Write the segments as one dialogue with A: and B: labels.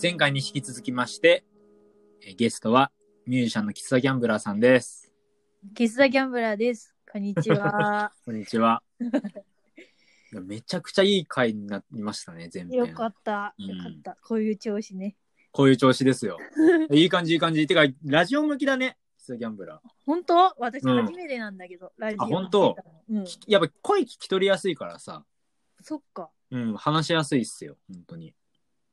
A: 前回に引き続きまして、えーゲストはミュージシャンの喫茶ギャンブラーさんです。
B: キスザギャンブラーです。こんに ちは。
A: こんにち は。いやめちゃくちゃいい回になりましたね、前
B: よ
A: 編。
B: かった。
A: うん
B: よかった。こういう調子ね。
A: こういう調子です よ。いい感じ、いい感じ。てか、ラジオ向きだね、喫茶ギャンブラー。
B: 本当私
A: うん
B: 初めてなんだけど、ラジオ。
A: あ本当
B: うん。
A: きやっぱ声聞き取りやすいからさ、
B: そっか。
A: うん、話しやすいっすよ、本当に。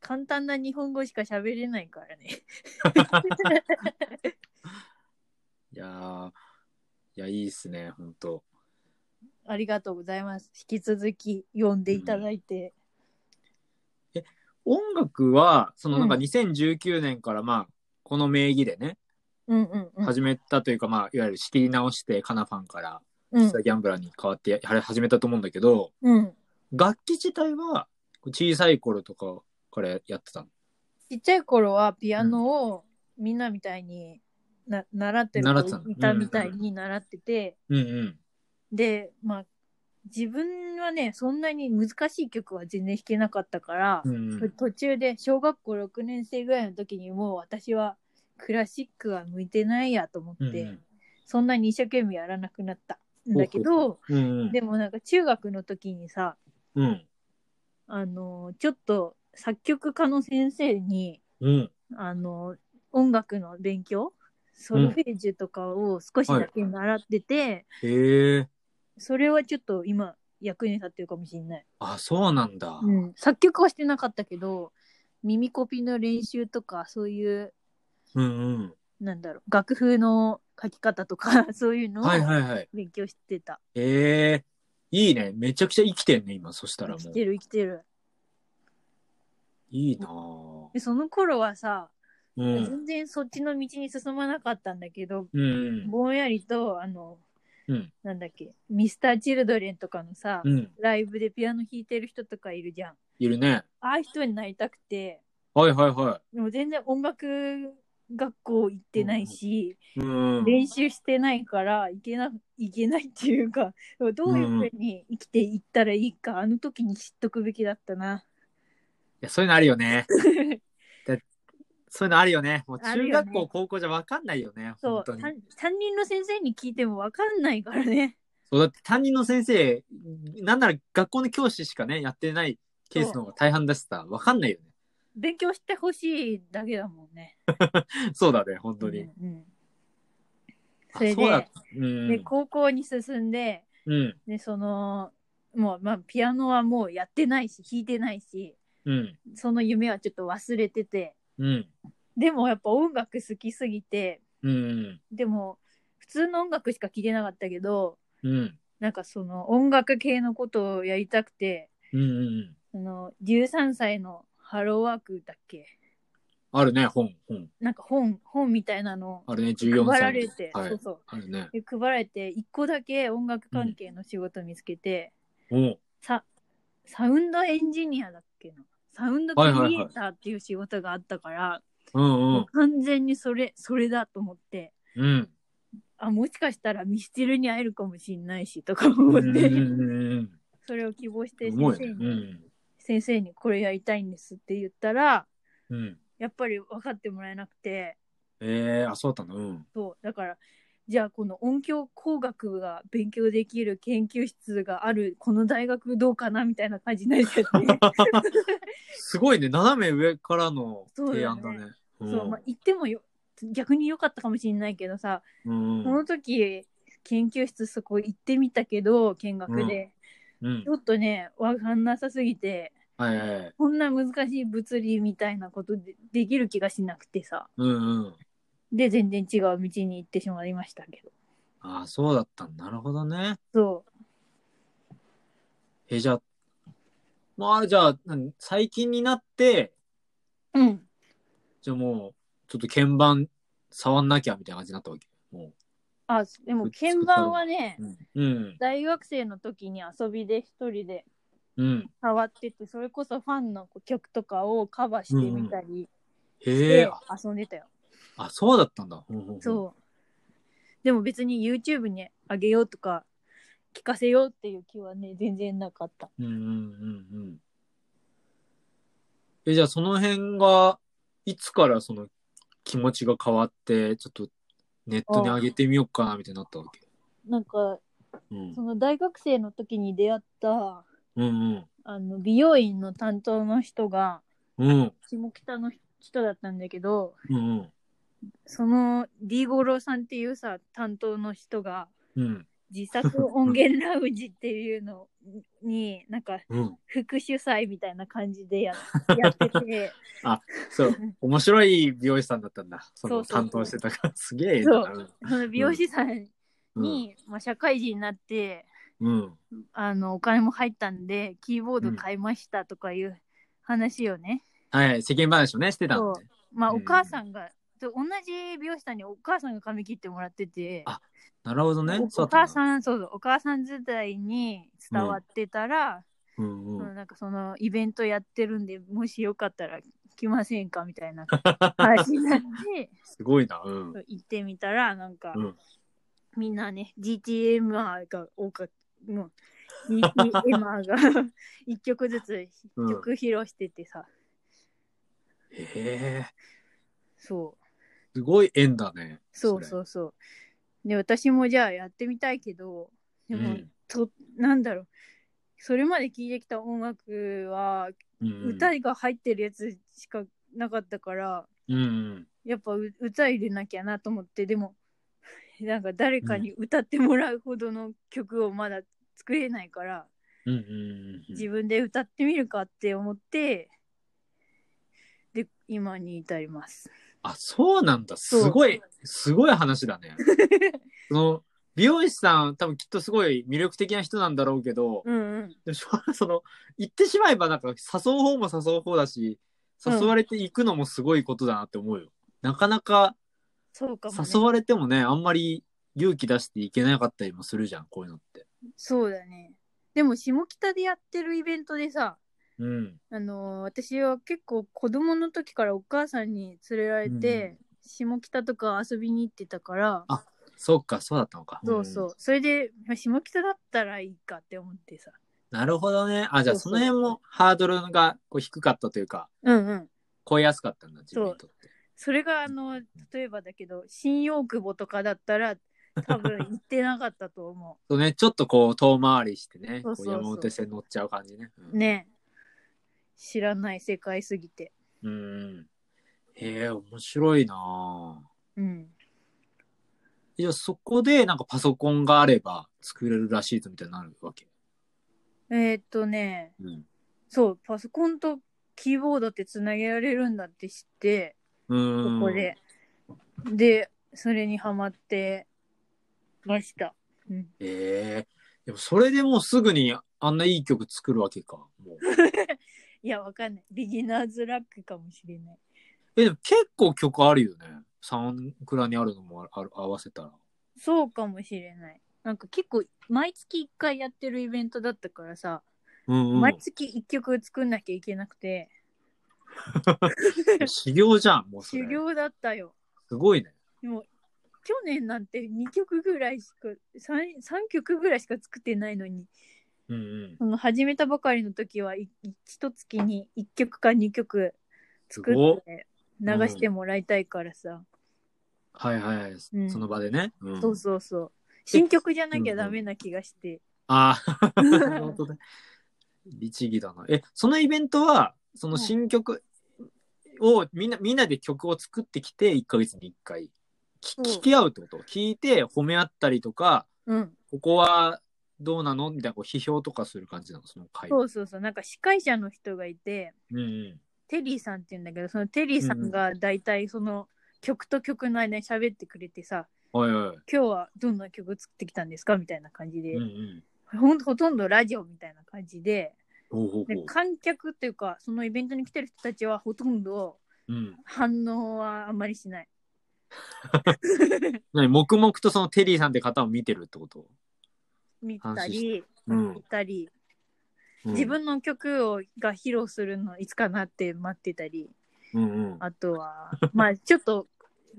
B: 簡単な日本語しか喋れないからね。
A: いやー、いや、いいっすね、本当
B: ありがとうございます。引き続き読んでいただいて。
A: 音楽は、そのなんか
B: うん
A: 2019年からまあ、この名義でね、
B: うんうんうん。
A: 始めたというか、まあ、いわゆる仕切り直して、カナファンから、
B: うん
A: 実際ギャンブラーに変わってやは始めたと思うんだけど、
B: うん。
A: 楽器自体は小さい頃とかからやってたの。
B: ちっちゃい頃はピアノをみんなみたいにな習ってる
A: 習ってたの
B: いたみたいに習ってて。
A: うんうん。
B: でまあ自分はねそんなに難しい曲は全然弾けなかったから、
A: うんうん、
B: 途中で小学校6年生ぐらいの時にもう私はクラシックは向いてないやと思って、
A: うんうん
B: そんなに一生懸命やらなくなったんだけ
A: ほ
B: ど、
A: うんうん
B: でもなんか中学の時にさ
A: うん。
B: あのちょっと作曲家の先生に
A: うん。
B: あの音楽の勉強ソルフェージュとかを少しだけ習ってて、
A: へえ。
B: それはちょっと今役に立ってるかもしれない。
A: あ、そうなんだ。
B: うん、作曲はしてなかったけど耳コピの練習とかそういう
A: うん
B: なんだろう楽譜の書き方とか そういう
A: う
B: の
A: ん。
B: を
A: はいはいはい。
B: 勉強してた、
A: へえ。いいね。めちゃくちゃ生きてんね、今。そしたら
B: 生
A: もう。
B: きてる生きてる
A: いいなぁ
B: でその頃はさ、
A: うん。
B: 全然そっちの道に進まなかったんだけど、
A: うん。
B: ぼんやりとあの、
A: うん
B: なんだっけミスターチルドレンとかのさ、
A: うん。
B: ライブでピアノ弾いてる人とかいるじゃん
A: いるね。
B: ああいう人になりたくて
A: はいはいは
B: でも全然音楽学校行ってないし、
A: い。うん。
B: 練習してないからいけないけないっていうかどういうふうに生きていったらいいか、あの時に知っとくべきだったな
A: いや、そういうのあるよね。そういうのあるよね。もう
B: ある
A: 中
B: よね
A: 学校、高校じゃ分かんないよね。
B: そう
A: 本当に。
B: 担担任の先生に聞いてもわかんないからね
A: そうだって担任の先生、なんなら学校の教師しかね、やってないケースの方が大半だしさ、分かんないよね。
B: 勉強してほしいだけだもんね
A: そうだね、本当に。
B: うんうん
A: あ
B: それで
A: そうだった。うん。
B: で高校に進んで
A: うん。
B: でそのもうまあピアノはもうやってないし弾いてないし
A: うん。
B: その夢はちょっと忘れてて
A: うん。
B: でもやっぱ音楽好きすぎて
A: うん。
B: でも普通の音楽しか聴けなかったけど
A: うん。
B: なんかその音楽系のことをやりたくて
A: うん。うん。
B: あの13歳のハローワークだっけ
A: あるね、本、本。
B: なんか本本みたいなの
A: あるね、14
B: 配ら
A: 歳
B: れて、
A: の。は
B: そう
A: い。
B: そう
A: あるね。
B: で配られて1個だけ音楽関係の仕事見つけて、
A: おう
B: さサウンドエンジニアだっけなサウンドクリエイターっていう仕事があったから、
A: うんう。
B: もうん完全にそれそれだと思って
A: うん。
B: あもしかしたらミスチルに会えるかもしれないしとか思っ
A: うん
B: て、
A: うんうん
B: それを希望して
A: うん。
B: 先
A: 思うよ
B: 生
A: ね。
B: に、
A: うん。
B: 先生にこれやりたいんですって言ったら
A: うん。
B: やっぱり分かってもらえなくて
A: ええー、あ、そうだったの。 うん。
B: そうだからじゃあこの音響工学が勉強できる研究室があるこの大学どうかなみたいな感じになっちゃって
A: すごいね、斜め上からの提案だね。うん
B: そう、まあ、言ってもよ逆に良かったかもしれないけどさ、
A: うん
B: この時研究室そこ行ってみたけど見学で、
A: うん
B: ち。ょっとね分かんなさすぎて
A: はいはいはい。
B: こんな難しい物理みたいなことでできる気がしなくてさ
A: うんうん。
B: で全然違う道に行ってしまいましたけど
A: ああ、そうだったんだなるほどね。
B: そ
A: え、じゃあ、まあ、じゃあ、何最近になって、
B: ううん
A: じゃあもう、ちょっと鍵盤触んなきゃみたいな感じになったわけ。も
B: あでも鍵盤はね
A: う。うん。うん。
B: 大学生の時に遊びで一人で
A: うん、
B: 触っててそれこそファンの曲とかをカバーしてみたり
A: へ
B: で
A: え、あ
B: 遊んでたよ、
A: あ、そうだったんだ。うんうんうん、
B: そうでも別に YouTube にあげようとか聞かせようっていう気はね全然なかった
A: うんうんうんうん。え、じゃあその辺が、いつからその気持ちが変わって、ちょっとネットに上げてみようかな、みたいになったわけ。
B: なんか、
A: うん
B: そ。の大学生の時に出会った、
A: うん
B: あの、美容院の担当の人が、
A: うん。うん。
B: 下北の人だったんだけど、
A: うんうん。
B: その D 五郎さんっていうさ、担当の人が、
A: うん。
B: 自作音源ラウンジっていうのに、なんか、
A: うん。
B: 副主催みたいな感じでや やってて、
A: そう。面白い美容師さんだったんだ。そ
B: そう
A: の
B: そうそう
A: 担当してたから。 すげえ
B: そう
A: な。うん
B: その美容師さん
A: うん。
B: に、まあ、社会人になって、
A: うん。
B: あの、お金も入ったんで、キーボード買いましたとかいう話をね、
A: はいはい。世間話をね、してたのね。
B: まあ、
A: うん
B: お母さんが、と同じ美容師さんにお母さんが髪切ってもらってて、
A: あなるほどね。
B: おお母さん、そうそう、お母さん時代に伝わってたら、
A: ん。うんう
B: そ の
A: ん。
B: なんかそのイベントやってるんで、もしよかったら来ませんかみたいな話になって、
A: すごいな。うん。
B: 行ってみたら、なんか、
A: うん
B: みんなね、GTMR が多かった。もう GTMR が一曲ずつ
A: うん
B: 曲披露しててさ、
A: へえ。
B: そう
A: すごい縁だね。
B: そうそうそう。で、私もじゃあやってみたいけど、でも、
A: うん
B: と、なんだろう。それまで聴いてきた音楽は、
A: れ。うんうん。
B: 歌が入ってるやつしかなかったから、
A: うんうん。
B: やっぱう歌入れなきゃなと思って、でも、 なんか誰かに歌ってもらうほどの曲をまだ作れないから、
A: うんうんうんうん。
B: 自分で歌ってみるかって思って、で、今に至 ります。
A: あ、そうなんだ。
B: そう
A: すごい、すごい話だね。その、美容師さん、多分きっとすごい魅力的な人なんだろうけど、
B: うんうん。
A: でもしょ その、言ってしまえばなんか誘う方も誘う方だし、誘われていくのもすごいことだなって思うよ。なかなか
B: そうかも、ね。
A: 誘われてもね、あんまり勇気出していけなかったりもするじゃん、こういうのって。
B: そうだね。でも下北でやってるイベントでさ、
A: うん。
B: あのー私は結構子供の時からお母さんに連れられて、下北とか遊びに行ってたから、
A: そうか、そうだったのか。
B: そうそう。
A: ん
B: それで、まあ下北だったらいいかって思ってさ。
A: なるほどね。あ、じゃあ
B: そ
A: そう
B: そう
A: の辺もハードルがこう低かったというか、
B: うんうん。
A: 超えやすかったんだ、自分にとって。
B: それが、あの、例えばだけど、新大久保とかだったら、多分行ってなかったと思
A: そうね、ちょっとこう遠回りしてね、
B: そ
A: こ
B: う
A: う
B: そうそう
A: 山手線乗っちゃう感じね。
B: う。 ねえ知らない世界すぎて。
A: うん。うんへえ、面白いなぁ
B: うん。
A: いや、そこでなんかパソコンがあれば作れるらしいとみたいになるわけ。
B: えーっとね、
A: うん。
B: そう、パソコンとキーボードってつなげられるんだって知って、
A: うん。
B: ここ。で。で、それにハマってました。うん、
A: ええでもそれでもうすぐにあんないい曲作るわけか。もう
B: いや、わかんない。ビギナーズラックかもしれない。
A: え、でも結構曲あるよね。サンクラにあるのもある合わせたら。
B: そうかもしれない。なんか結構、毎月1回やってるイベントだったからさ、
A: うんう
B: 毎
A: ん。
B: 月1曲作んなきゃいけなくて、
A: 修行じゃん、もうそれ。
B: 修行だったよ。
A: すごいね。
B: でも、去年なんて2曲ぐらいしか、3, 3曲ぐらいしか作ってないのに、
A: うんうん。
B: その始めたばかりの時は、い一月に1曲か2曲作
A: すごっ
B: って流してもらいたいからさ。
A: はいはい。
B: うん
A: その場でね。うん、
B: そうそうそう。新曲じゃなきゃダメな気が して。
A: ああ、 なるほどね。律儀だな。え、そのイベントは、その新曲をみんな、みんなで曲を作ってきて、1ヶ月に1回。き
B: そう
A: 聞き合うってこと聞いて褒め合ったりとか、
B: うん。
A: ここはどうなのみたいなこう批評とかする感じなの、その回。
B: そうそうそう。なんか司会者の人がいて、
A: うんうん。
B: テリーさんって言うんだけど、そのテリーさんが大体その曲と曲の間に喋ってくれてさ、
A: おいおい。
B: 今日はどんな曲作ってきたんですかみたいな感じで、
A: うんうん。
B: ほんほとんどラジオみたいな感じで、
A: ほうほう
B: で
A: ほう。
B: 観客っていうか、そのイベントに来てる人たちはほとんど
A: うん。
B: 反応はあんまりしない。
A: 何黙々とそのテリーさんって方を見てるってこと
B: 見たり、
A: うん
B: 見たり、
A: うん
B: 自分の曲をが披露するのいつかなって待ってたり、
A: うんうん。
B: あとは、 まあちょっと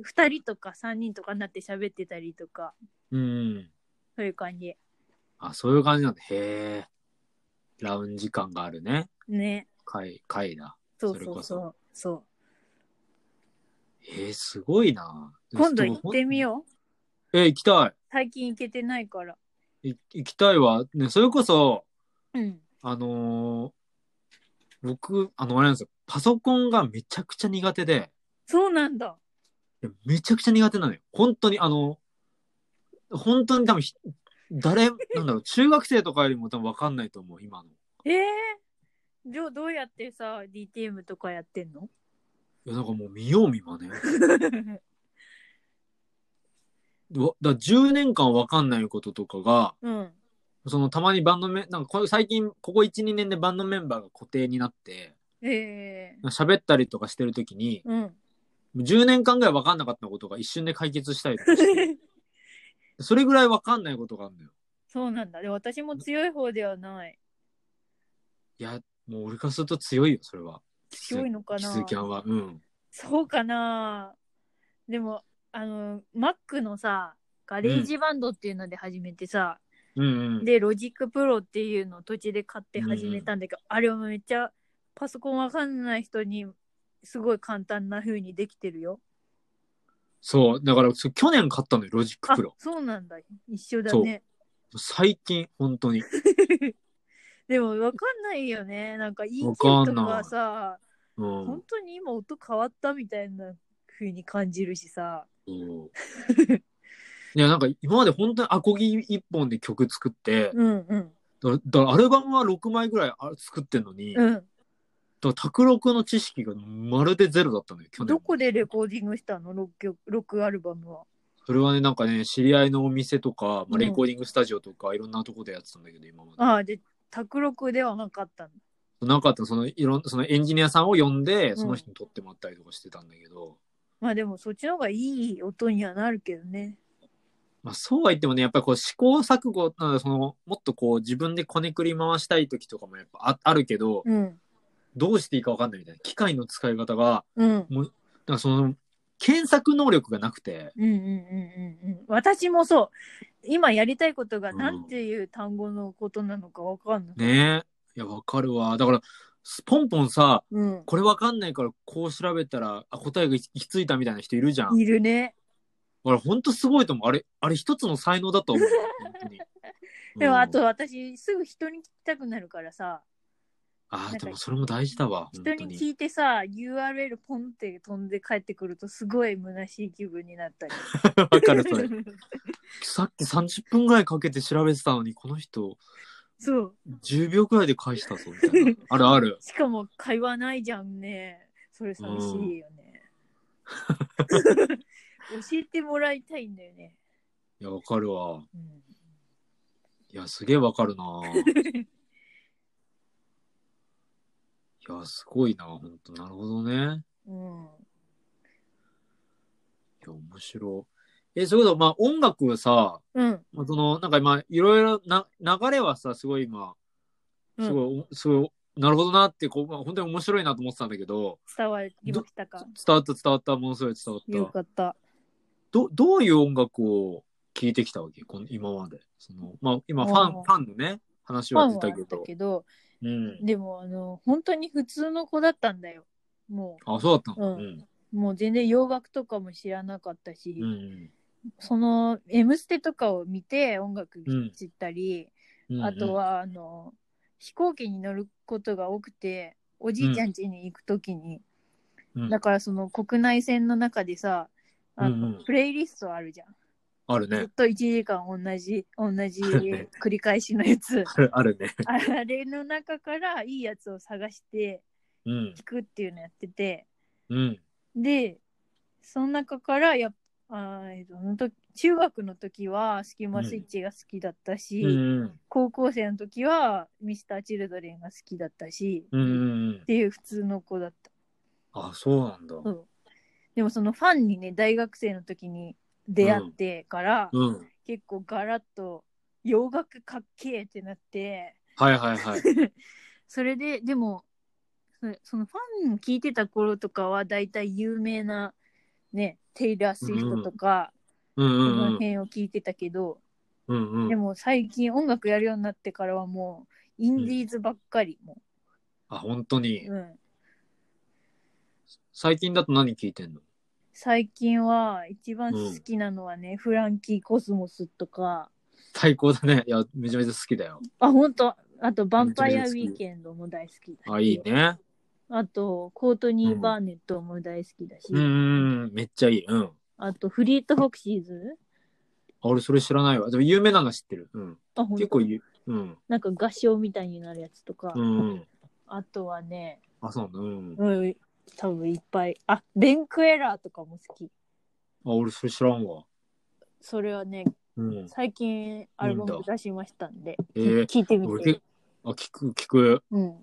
B: 2人とか3人とかになって喋ってたりとか、
A: うんうん。
B: そういう感じ。
A: あ、そういう感じなんだ。へえ。ラウンジ感があるね。
B: ね。
A: 回、回だ。
B: そうそうそう。そう
A: えー、すごいな。
B: 今度行ってみ
A: う。
B: よう。
A: えー行きた
B: 最近行けてないから。
A: い。い行きたいわ。ね、それこそ、
B: うん。
A: あのー僕、あの、あれなんですよ。パソコンがめちゃくちゃ苦手で、
B: そうなんだ。
A: いやめちゃくちゃ苦手なのよ。本当に、あの、本当に多分ひ、誰、なんだろう、 中学生とかよりも多分わかんないと思う、今の。
B: ええー。じゃあどうやってさ、DTM とかやってん の
A: いや、なんかもう見よう見まね。わだ10年間わかんないこととかが、
B: うん。
A: そのたまにバンドメン、なんかこれ最近、ここ1、2年でバンドメンバーが固定になって、
B: ええ
A: 喋ったりとかしてるときに、
B: うん。
A: 10年間ぐらい分かんなかったことが一瞬で解決したりとかして、それぐらい分かんないことがあるのよ。
B: そうなんだ。で私も強い方ではない。
A: いや、もう俺からすると強いよ、それは。
B: 強いのか
A: キ
B: な
A: スキャンは。うん。
B: そうかなでも、あの、Mac のさ、ガレージバンドっていうので始めてさ、
A: うんうん。
B: で、ロジックプロっていうのを土地で買って始めたんだけど、あれはめっちゃパソコンわかんない人にすごい簡単な風にできてるよ。
A: そう、だからそう去年買ったのよ、ロジック
B: あ
A: プロ。
B: そうなんだ。一緒だね。
A: 最近、本当に。
B: でもわかんないよね。なんか EQ
A: わかん
B: と
A: ない
B: かさ、
A: う
B: 本
A: ん。
B: 当に今音変わったみたいな風に感じるしさ。
A: そういや、なんか今まで本当にアコギ一本で曲作って、
B: うんうん。
A: だからだからアルバムは6枚ぐらいあ作ってんのに、
B: うん。
A: だから卓録の知識がまるでゼロだったのよ、去年。
B: どこでレコーディングしたの ?6 曲、6アルバムは。
A: それはね、なんかね、知り合いのお店とか、ま
B: う
A: あ、
B: ん
A: レコーディングスタジオとか、いろんなとこでやってたんだけど、今まで。
B: ああ、で、卓録ではなかったんだ。
A: なんかあったらその、いろん、そのエンジニアさんを呼んで、その人に撮ってもらったりとかしてたんだけど、
B: まあでもそっちの方がいい音にはなるけどね。
A: まあ、そうは言ってもね、やっぱりこう、試行錯誤、なんだその、もっとこう、自分でこねくり回したい時とかもやっぱああるけど、
B: うん。
A: どうしていいかわかんないみたいな。機械の使い方が、
B: うん。
A: なんかその、検索能力がなくて、
B: うんうんうんうんうん。私もそう。今やりたいことがなんていう単語のことなのかわかんない。
A: ねえ。いや、わかるわ。だから、スポンポンさ、
B: うん。
A: これわかんないから、こう調べたら、あ、答えが行き行き着いたみたいな人いるじゃん。
B: いるね。
A: 俺、ほんとすごいと思う。あれ、あれ一つの才能だと思う。本当 に。
B: でもあ
A: うん、
B: と私すぐ人に聞きたくなるからさ、
A: あ
B: な
A: ー、
B: んか
A: でもそれも大事だわ。本当
B: 人
A: に。
B: に聞いてさ、URL ポンって飛んで帰ってくるとすごい虚しい気分になったり。
A: わかる、 それ。さっき30分ぐらいかけて調べてたのに、この人、
B: そう。
A: 10秒くらいで返したぞ、みたい な。あるある。
B: しかも会話ないじゃんね。それ寂しいよね。 教えてもらいたいんだよね。
A: いや、わかるわ。
B: うん
A: いや、すげえわかるないや、すごいなほんと。なるほどね。
B: う
A: い
B: ん。
A: や、面白い。え、そういうこと、まあ、音楽はさ、
B: うん。
A: まあその、なんか今、いろいろな、流れはさ、すごい今、すごい、おすごい、なるほどなって、こう、まあ、本当に面白いなと思ってたんだけど、
B: 伝わりましたか
A: 伝わった伝わった、ものすごい伝
B: よ
A: わった。
B: かった。
A: ど、どういう音楽を聴いてきたわけこの今まで。その、まあ、今、ファン、
B: あー
A: ファンのね、話
B: ファ
A: は
B: ン
A: 出た
B: はあ
A: け
B: った
A: ど。
B: けど、
A: うん。
B: でも、あの、本当に普通の子だったんだよ。も
A: あ、そうだったの
B: う
A: うんん。
B: う、もう全然洋楽とかも知らなかったし、
A: うん。
B: その、M ステとかを見て音楽
A: うん
B: 知ったり、
A: うん
B: あと、は、あの、飛行機に乗ることが多くて、おじいちゃん家に行くときに、
A: うん
B: だからその国内線の中でさ、あの、
A: うんうん
B: プレイリストあるじゃん。
A: ある
B: ず
A: ね
B: っ。と1時間同じ、同じ
A: ある ね
B: 繰り返しのやつ。
A: あるあるね。
B: あれの中からいいやつを探して
A: うん。
B: 聞くっていうのやってて、
A: うん。
B: で、その中からやっぱ、あーえっと、その時中学の時はスキマスイッチが好きだったし、
A: うん。
B: 高校生の時はミスターチルドレンが好きだったし、
A: うん。う
B: っ
A: ん。
B: ていう普通の子だった。
A: あ、そうなんだ。う
B: うんでもそのファンにね、大学生の時に出会ってから、
A: ん。
B: 結構ガラッと洋楽かっけえってなって、
A: はいはいはい。
B: それで、でも、そそのファン聞いてた頃とかは、だいたい有名な、ね、テイラー・スウィフトとか、
A: うんう
B: そ
A: ん
B: の
A: うん。
B: 辺を聞いてたけど、
A: うんうん
B: で。も最近音楽やるようになってからはもう、インディーズばっかり、も
A: あ、本当
B: う、
A: に。
B: うん。
A: 最近だと何聞いてんの
B: 最近は一番好きなのはね、フランキー・コスモスとか、
A: 最高だね。いや、めちゃめちゃ好きだよ。
B: あ、ほんと、あと、バンパイア・ウィーケンドも大好きだし。
A: あ、いいね。
B: あと、コートニー・バーネットも大好きだし、
A: うんうんうん、めっちゃいい。うん。
B: あと、フリート・フォクシーズ
A: あ俺、それ知らないわ。でも、有名なのは知ってる。うん。
B: あ、ほん
A: 結構
B: と
A: 言う。うん。
B: なんか合唱みたいになるやつとか、
A: うん。
B: あとはね、
A: あ、そうなんだ。うん。あ、
B: うん、多分いっぱい。あ、ベンクエラーとかも好き。
A: 俺、それ知らんわ。
B: それはね、
A: うん。
B: 最近アルバム出しましたんで、
A: えー
B: 聞いてみ
A: 俺、
B: て
A: け。あ、聞く、聞く。
B: うん。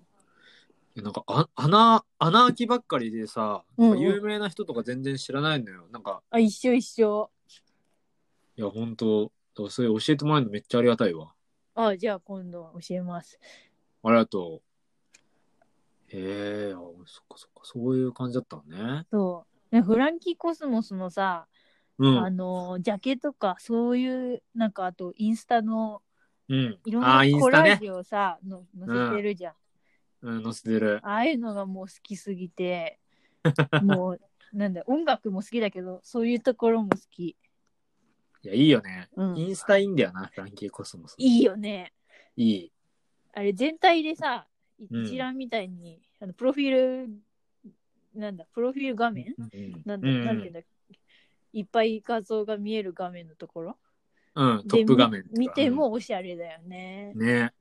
A: いやなんかあ、穴、穴開きばっかりでさ、
B: うんうん
A: 有名な人とか全然知らないのよ。なんか、
B: あ、一緒一緒。
A: いや、本当だからそれ教えてもらえるのめっちゃありがたいわ。
B: あ、じゃあ今度は教えます。
A: ありがとう。へえ、あそっかそっか、そういう感じだったのね。
B: そう。ねフランキー・コスモスのさ、
A: う
B: あ
A: ん。
B: の、ジャケとか、そういう、なんか、あと、インスタの、
A: うん
B: いろ。ん
A: あ
B: な
A: ー、イン
B: コ
A: スタ
B: ラー
A: ね。
B: ジュをさ、の載せてるじゃん。
A: うん、載せてる。
B: ああいうのがもう好きすぎ て、もう、なんだ、音楽も好きだけど、そういうところも好き。
A: いや、いいよね。
B: うん
A: インスタいいんだよな、フランキーコスモス。い
B: いいよね。
A: い。
B: あれ、全体でさ、
A: うん
B: 一覧みたいに、あのプロフィール、なんだ、プロフィール画面
A: うん。
B: なんだ、なんていうんだっけいっぱい画像が見える画面のところ
A: うん、
B: で
A: トップ画面とか。
B: 見てもおしゃれだよね
A: う。ん。ね。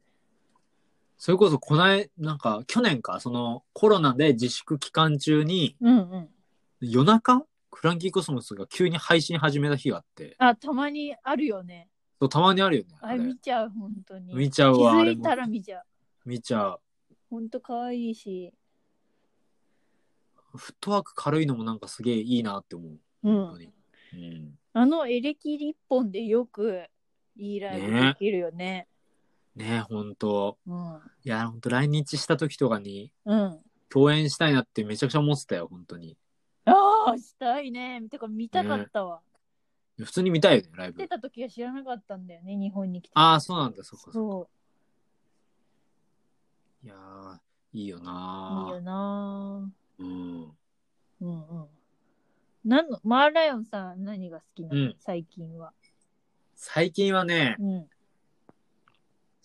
A: それこそ、こない、なんか、去年か、その、コロナで自粛期間中に、
B: うんうん。
A: 夜中フランキーコスモスが急に配信始めた日があって、
B: あ、たまにあるよね。
A: そうたまにあるよね。
B: あれ
A: あれ
B: 見ちゃう、本当に。
A: 見ちゃうわ、あ
B: 気づ
A: れ
B: いたら
A: も。
B: 見ちゃう。
A: 見ちゃう。
B: 本当可愛いし。
A: フットワーク軽いのもなんかすげえいいなって思う。
B: う
A: 本当
B: ん。
A: に。うん。
B: あのエレキ一本でよくいいライブできるよね。
A: ねえ、ほんと。
B: うん。
A: いや、ほんと来日した時とかに
B: うん。
A: 共演したいなってめちゃくちゃ思ってたよ、本当に。
B: ああ、したいね。てか見たかったわ。
A: 普通に見たいよね、ライ
B: 来て
A: ブ。
B: た時は知らなかったんだよね、日本に来て。
A: ああ、そうなんだ、そっかそっか。
B: そ
A: いやー、いいよ
B: う。いい
A: な
B: よな
A: ーうん。
B: ー。うんうん。なんの、マーライオンさん何が好きなの、
A: うん
B: 最近は。
A: 最近はね、
B: うん。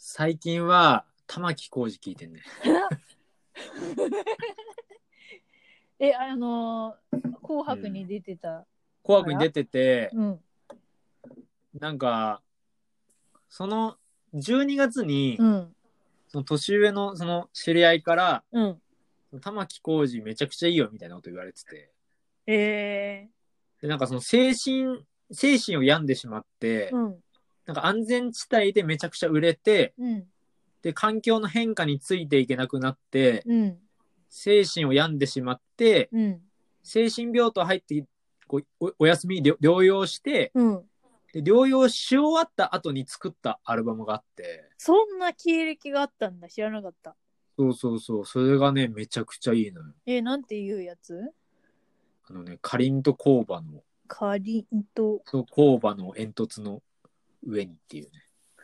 A: 最近は、玉置浩二聞いてんね。
B: え、あのー紅白に出てた。
A: 紅白に出てて、
B: うん。
A: なんか、その、12月に、
B: うん。
A: その年上のその知り合いから、
B: うん。
A: 玉置浩二めちゃくちゃいいよみたいなこと言われてて。
B: え
A: で、なんかその精神、精神を病んでしまって、
B: ー。うん。
A: なんか安全地帯でめちゃくちゃ売れて、
B: うん。
A: で、環境の変化についていけなくなって、
B: うん。
A: 精神を病んでしまって、
B: うん。
A: 精神病棟入って、こうおお休み療、療養して、
B: うん。
A: で療養し終わった後に作ったアルバムがあって、
B: そんな経歴があったんだ。知らなかった。
A: そうそうそう、それがね、めちゃくちゃいいのよ。
B: え、なんていうやつ
A: あのね、かりんと工場の、
B: かりんと。
A: そう工場の煙突の上にっていう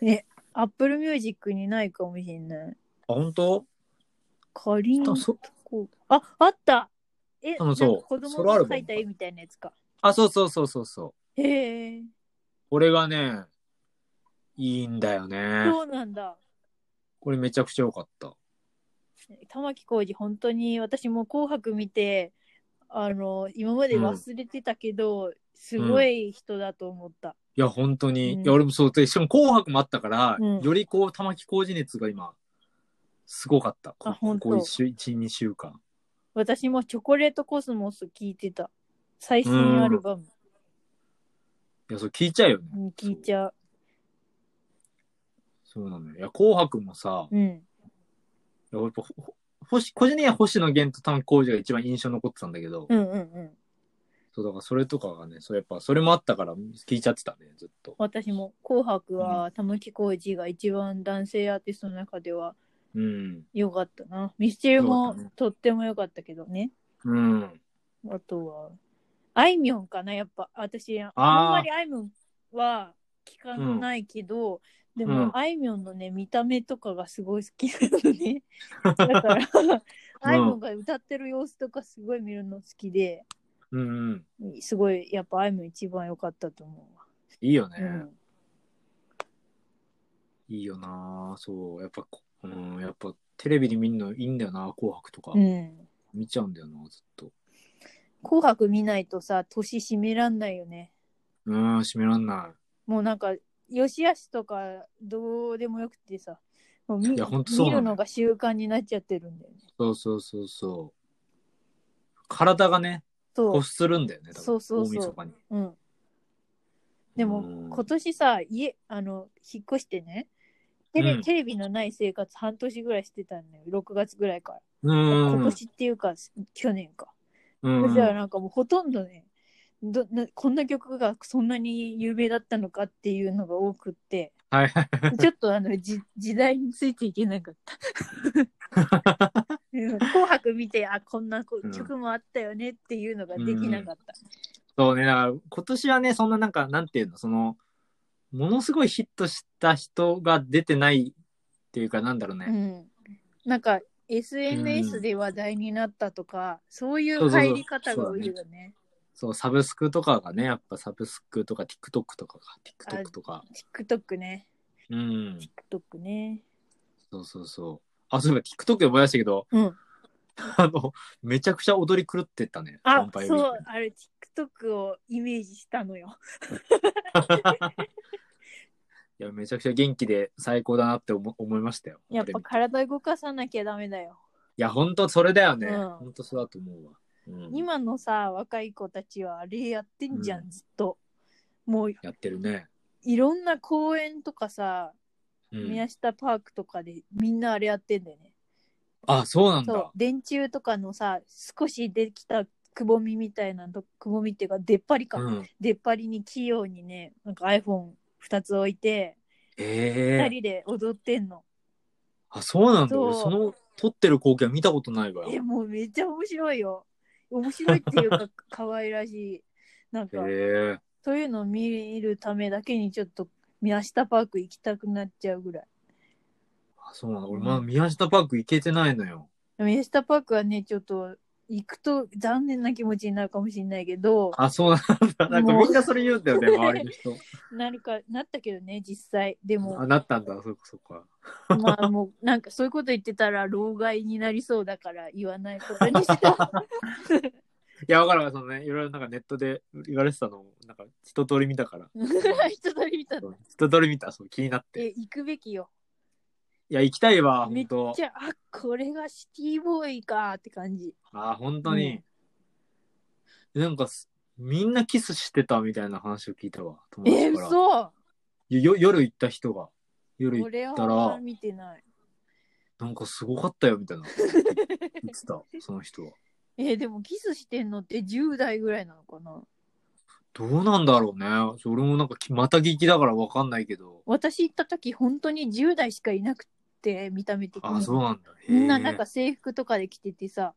A: ね。
B: え、アップルミュージックにないかもしれない。
A: あ、本当
B: かりん
A: 多
B: と
A: 分そ
B: こ。あ、あったえ、
A: 多分そう
B: なんか子供
A: ソロアル
B: が
A: バ
B: 描
A: ム
B: いた絵みたいなやつか。
A: あ、そうそうそうそうそう。
B: へえ、
A: これがね、いいんだよね。
B: そうなんだ。
A: これめちゃくちゃ良かった。
B: 玉置浩二、本当に私も紅白見て、あの、今まで忘れてたけど、すごい人だと思った。
A: いや、本当に。
B: うん
A: いや、俺もそうで、しかも紅白もあったから、
B: うん
A: よりこう、玉置浩二熱が今、すごかった。こ
B: あ本当
A: ここ一週、一、二週間。
B: 私もチョコレートコスモス聞いてた。最新アルバム。
A: いや、そう聞いちゃうよね。
B: うん、聞いちゃう。
A: そうなのよ。いや、紅白もさ、い
B: うん。
A: ややっぱ、ほほ星、個人的には星野源と玉置浩二が一番印象に残ってたんだけど、
B: うんうんうん。
A: そう、だからそれとかがね、そう、やっぱ、それもあったから聞いちゃってたね、ずっと。
B: 私も「紅白」は玉置浩二が一番男性アーティストの中では
A: うん。
B: 良かったなミスチルも
A: そうだね
B: とっても良かったけどね
A: うん。
B: あとはあいみょんかなやっぱ私
A: ー
B: あんまりあいみょんは聞かないけど、で
A: うん
B: もあいみょんのね見た目とかがすごい好きなのね だからあいみょんが歌ってる様子とかすごい見るの好きで
A: うんうん。
B: すごい、やっぱアイム一番良かったと思うわ。
A: いいよね。
B: うん
A: いいよなそう。やっぱこ、うん、やっぱテレビで見るのいいんだよな紅白とか。
B: うん。
A: 見ちゃうんだよなずっと。
B: 紅白見ないとさ、年締めらんないよね。
A: うん、閉めらんな
B: もうなんか、よしあしとかどうでもよくてさ、もう見
A: いやほんとそう
B: 見
A: なの
B: るのが習慣になっちゃってるんだよね
A: い。。そうそうそうそう。体がね、
B: そう
A: 欲。するんだよね、多分
B: そうそうそう
A: 大晦日に。
B: うん。でも、
A: うん
B: 今年さ、家、あの、引っ越してね、テレ,、
A: うん
B: テレビのない生活半年ぐらいしてたんだよ。6月ぐらいから。
A: うん。
B: 今年っていうか、去年か。
A: うん
B: そしたらなんかもうほとんどね、どなこんな曲がそんなに有名だったのかっていうのが多くって、
A: はい はいはい。
B: ちょっとあのじ時代についていけなかった。うん紅白見て、あ、こんなこ
A: うん
B: 曲もあったよねっていうのができなかった。
A: そうね、だから今年はね、そんななんか、なんていうの、その、ものすごいヒットした人が出てないっていうか、なんだろう
B: う
A: ね。
B: ん、なんか SNS で話題になったとか、そういう入り方が多いよね。
A: そう、サブスクとかがね、やっぱサブスクとか TikTok とかが、TikTok とか。
B: TikTok ね。
A: うん。
B: TikTok ね。そう
A: そうそうそう。あ、そういえば TikTok で思い出したけど、
B: うん
A: あの、めちゃくちゃ踊り狂ってったね。ヴ
B: あ
A: ァンパ、イアウィー
B: そ
A: ク
B: う、あれ TikTok をイメージしたのよ。
A: いや、めちゃくちゃ元気で最高だなって思思いましたよ。
B: やっ
A: これ
B: ぱ
A: 見て
B: 体動かさなきゃダメだよ。
A: いや、ほんとそれだよね。
B: うん
A: ほんとそうだと思うわ。うん、
B: 今のさ、若い子たちはあれやってんじゃん、
A: うん
B: ずっと。もう
A: やってるね。
B: いろんな公園とかさ、
A: うん、
B: 宮下パークとかでみんなあれやってんだよね。
A: あ、そうなん
B: そう
A: だ。
B: 電柱とかのさ少しできたくぼみみたいなとくぼみっていうか出っ張りか、
A: うん、
B: 出っ張りに器用にねなんか iPhone2 つ置いて
A: ええ
B: 2人で踊ってんの、
A: あ、そうなんだ。
B: そう
A: 俺、その、撮ってる光景は見たことないわ
B: え
A: よ。
B: もうめっちゃ面白いよ面白いってい うか可愛らしいなん
A: え
B: か
A: え
B: そういうのを見るためだけにちょっと宮下パーク行きたくなっちゃうぐらい
A: あ、そうなんだ。俺、まだ宮下パーク行けてないのよ。
B: 宮下パークはねちょっと行くと残念な気持ちになるかもしれないけど
A: あ、そうなんだ。なんか
B: もう
A: みんなそれ言うんだよ ね、周りの人。
B: なるかなったけどね実際でも
A: あ、なったんだ。そっかそっか。
B: まあもうなんかそういうこと言ってたら老害になりそうだから言わないことに した。
A: いや、わかるわ。そのね、いろいろなんかネットで言われてたのを、なんか一通り見たから。
B: 人と見た
A: そう一通り見た。そう、気になって。
B: え行くべきよ。
A: いや、行きたいわ、
B: め
A: 本当
B: っちゃあこれがシティボーイかって感じ。
A: あ、本当に。なんかす、みんなキスしてたみたいな話を聞いたわ。友
B: え
A: 達
B: ー、
A: から。
B: 嘘
A: よよ夜行った人が。夜行っ
B: 俺は
A: たら
B: あんま見てない。
A: なんかすごかったよみたいな。言ってた、 その人は。
B: えーでもキスしてんのって10代ぐらいなのかな
A: どうなんだろうね。俺もなんかきまた聞きだからわかんないけど。
B: 私行った時本当に10代しかいなくて見た目的
A: あ、
B: に
A: そうなんだ。へー
B: みんななんか。制服とかで着ててさ、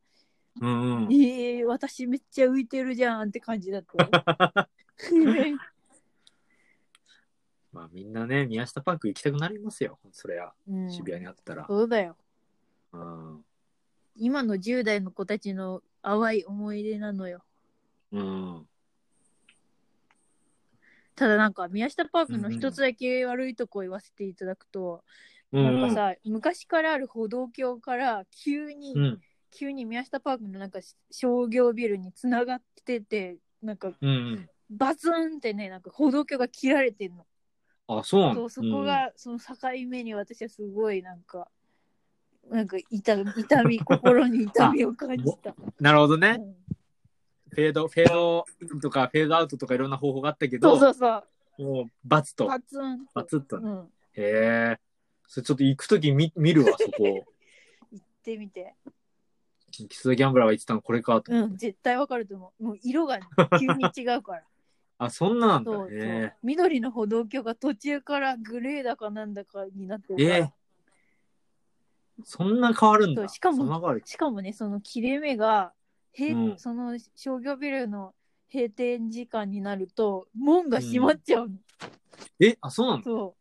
A: うんうん。
B: えー、私めっちゃ浮いてるじゃんって感じだった よ。
A: まあみんなね、宮下パーク行きたくなりますよ。そりゃ、
B: うん
A: 渋谷にあったら。
B: そうだよ。
A: うん。
B: 今の10代の子たちの淡い思い出なのよ。
A: うん。
B: ただなんか宮下パークの一つだけ悪いとこ言わせていただくと、
A: う
B: なんか
A: ん。
B: さ昔からある歩道橋から急に、
A: うん。
B: 急に宮下パークのなんか商業ビルにつながっててなんか
A: うんうん。
B: バツンってねなんか歩道橋が切られてんの。
A: あ、そうなんだ。
B: そうそこがその境目に私はすごいなんか。なんか痛み痛み心に痛みを感じた。
A: うん。なるほどね
B: う。ん
A: フェード、フェードとか、フェードアウトとかいろんな方法があったけど、
B: そうそうそう。
A: もう、バツと、
B: バツンって。
A: バツっとね。
B: うん
A: へえ。それちょっと行くとき見見るわ、そこ。
B: 行ってみて。
A: キス・ザギャンブラーは言ってたのこれかと。
B: うん、絶対わかると思う。もう色が 急に違うから。
A: あ、そんなんだ
B: そうそう
A: ね。。
B: 緑の歩道橋が途中からグレーだかなんだかになって
A: え
B: るから。
A: えそんな変わるん
B: そう
A: だ。
B: しかも
A: 様変わり
B: しかもね、その切れ目が、閉
A: うん
B: その商業ビルの閉店時間になると、門が閉まっちゃうの。
A: え、あ、そうなの
B: そ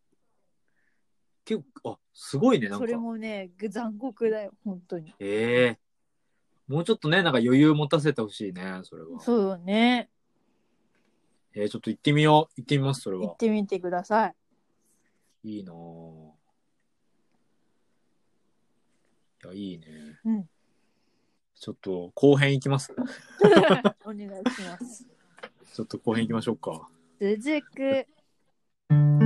A: 結構、あ、すごいね、
B: う。
A: なん
B: そ
A: か。
B: れもね、残酷だよ、本当に。
A: ええもうちょっとね、なんか余裕持たせてほしいね、それは。
B: そうよね。
A: えーちょっと行ってみよう。行ってみます、それ
B: 行
A: は
B: っ。てみてく ださい。
A: いいなぁ。いや、いいね。
B: うん
A: ちょっと後編行きます。
B: お願いします。
A: ちょっと後編行きましょうか。
B: 続く。
A: 「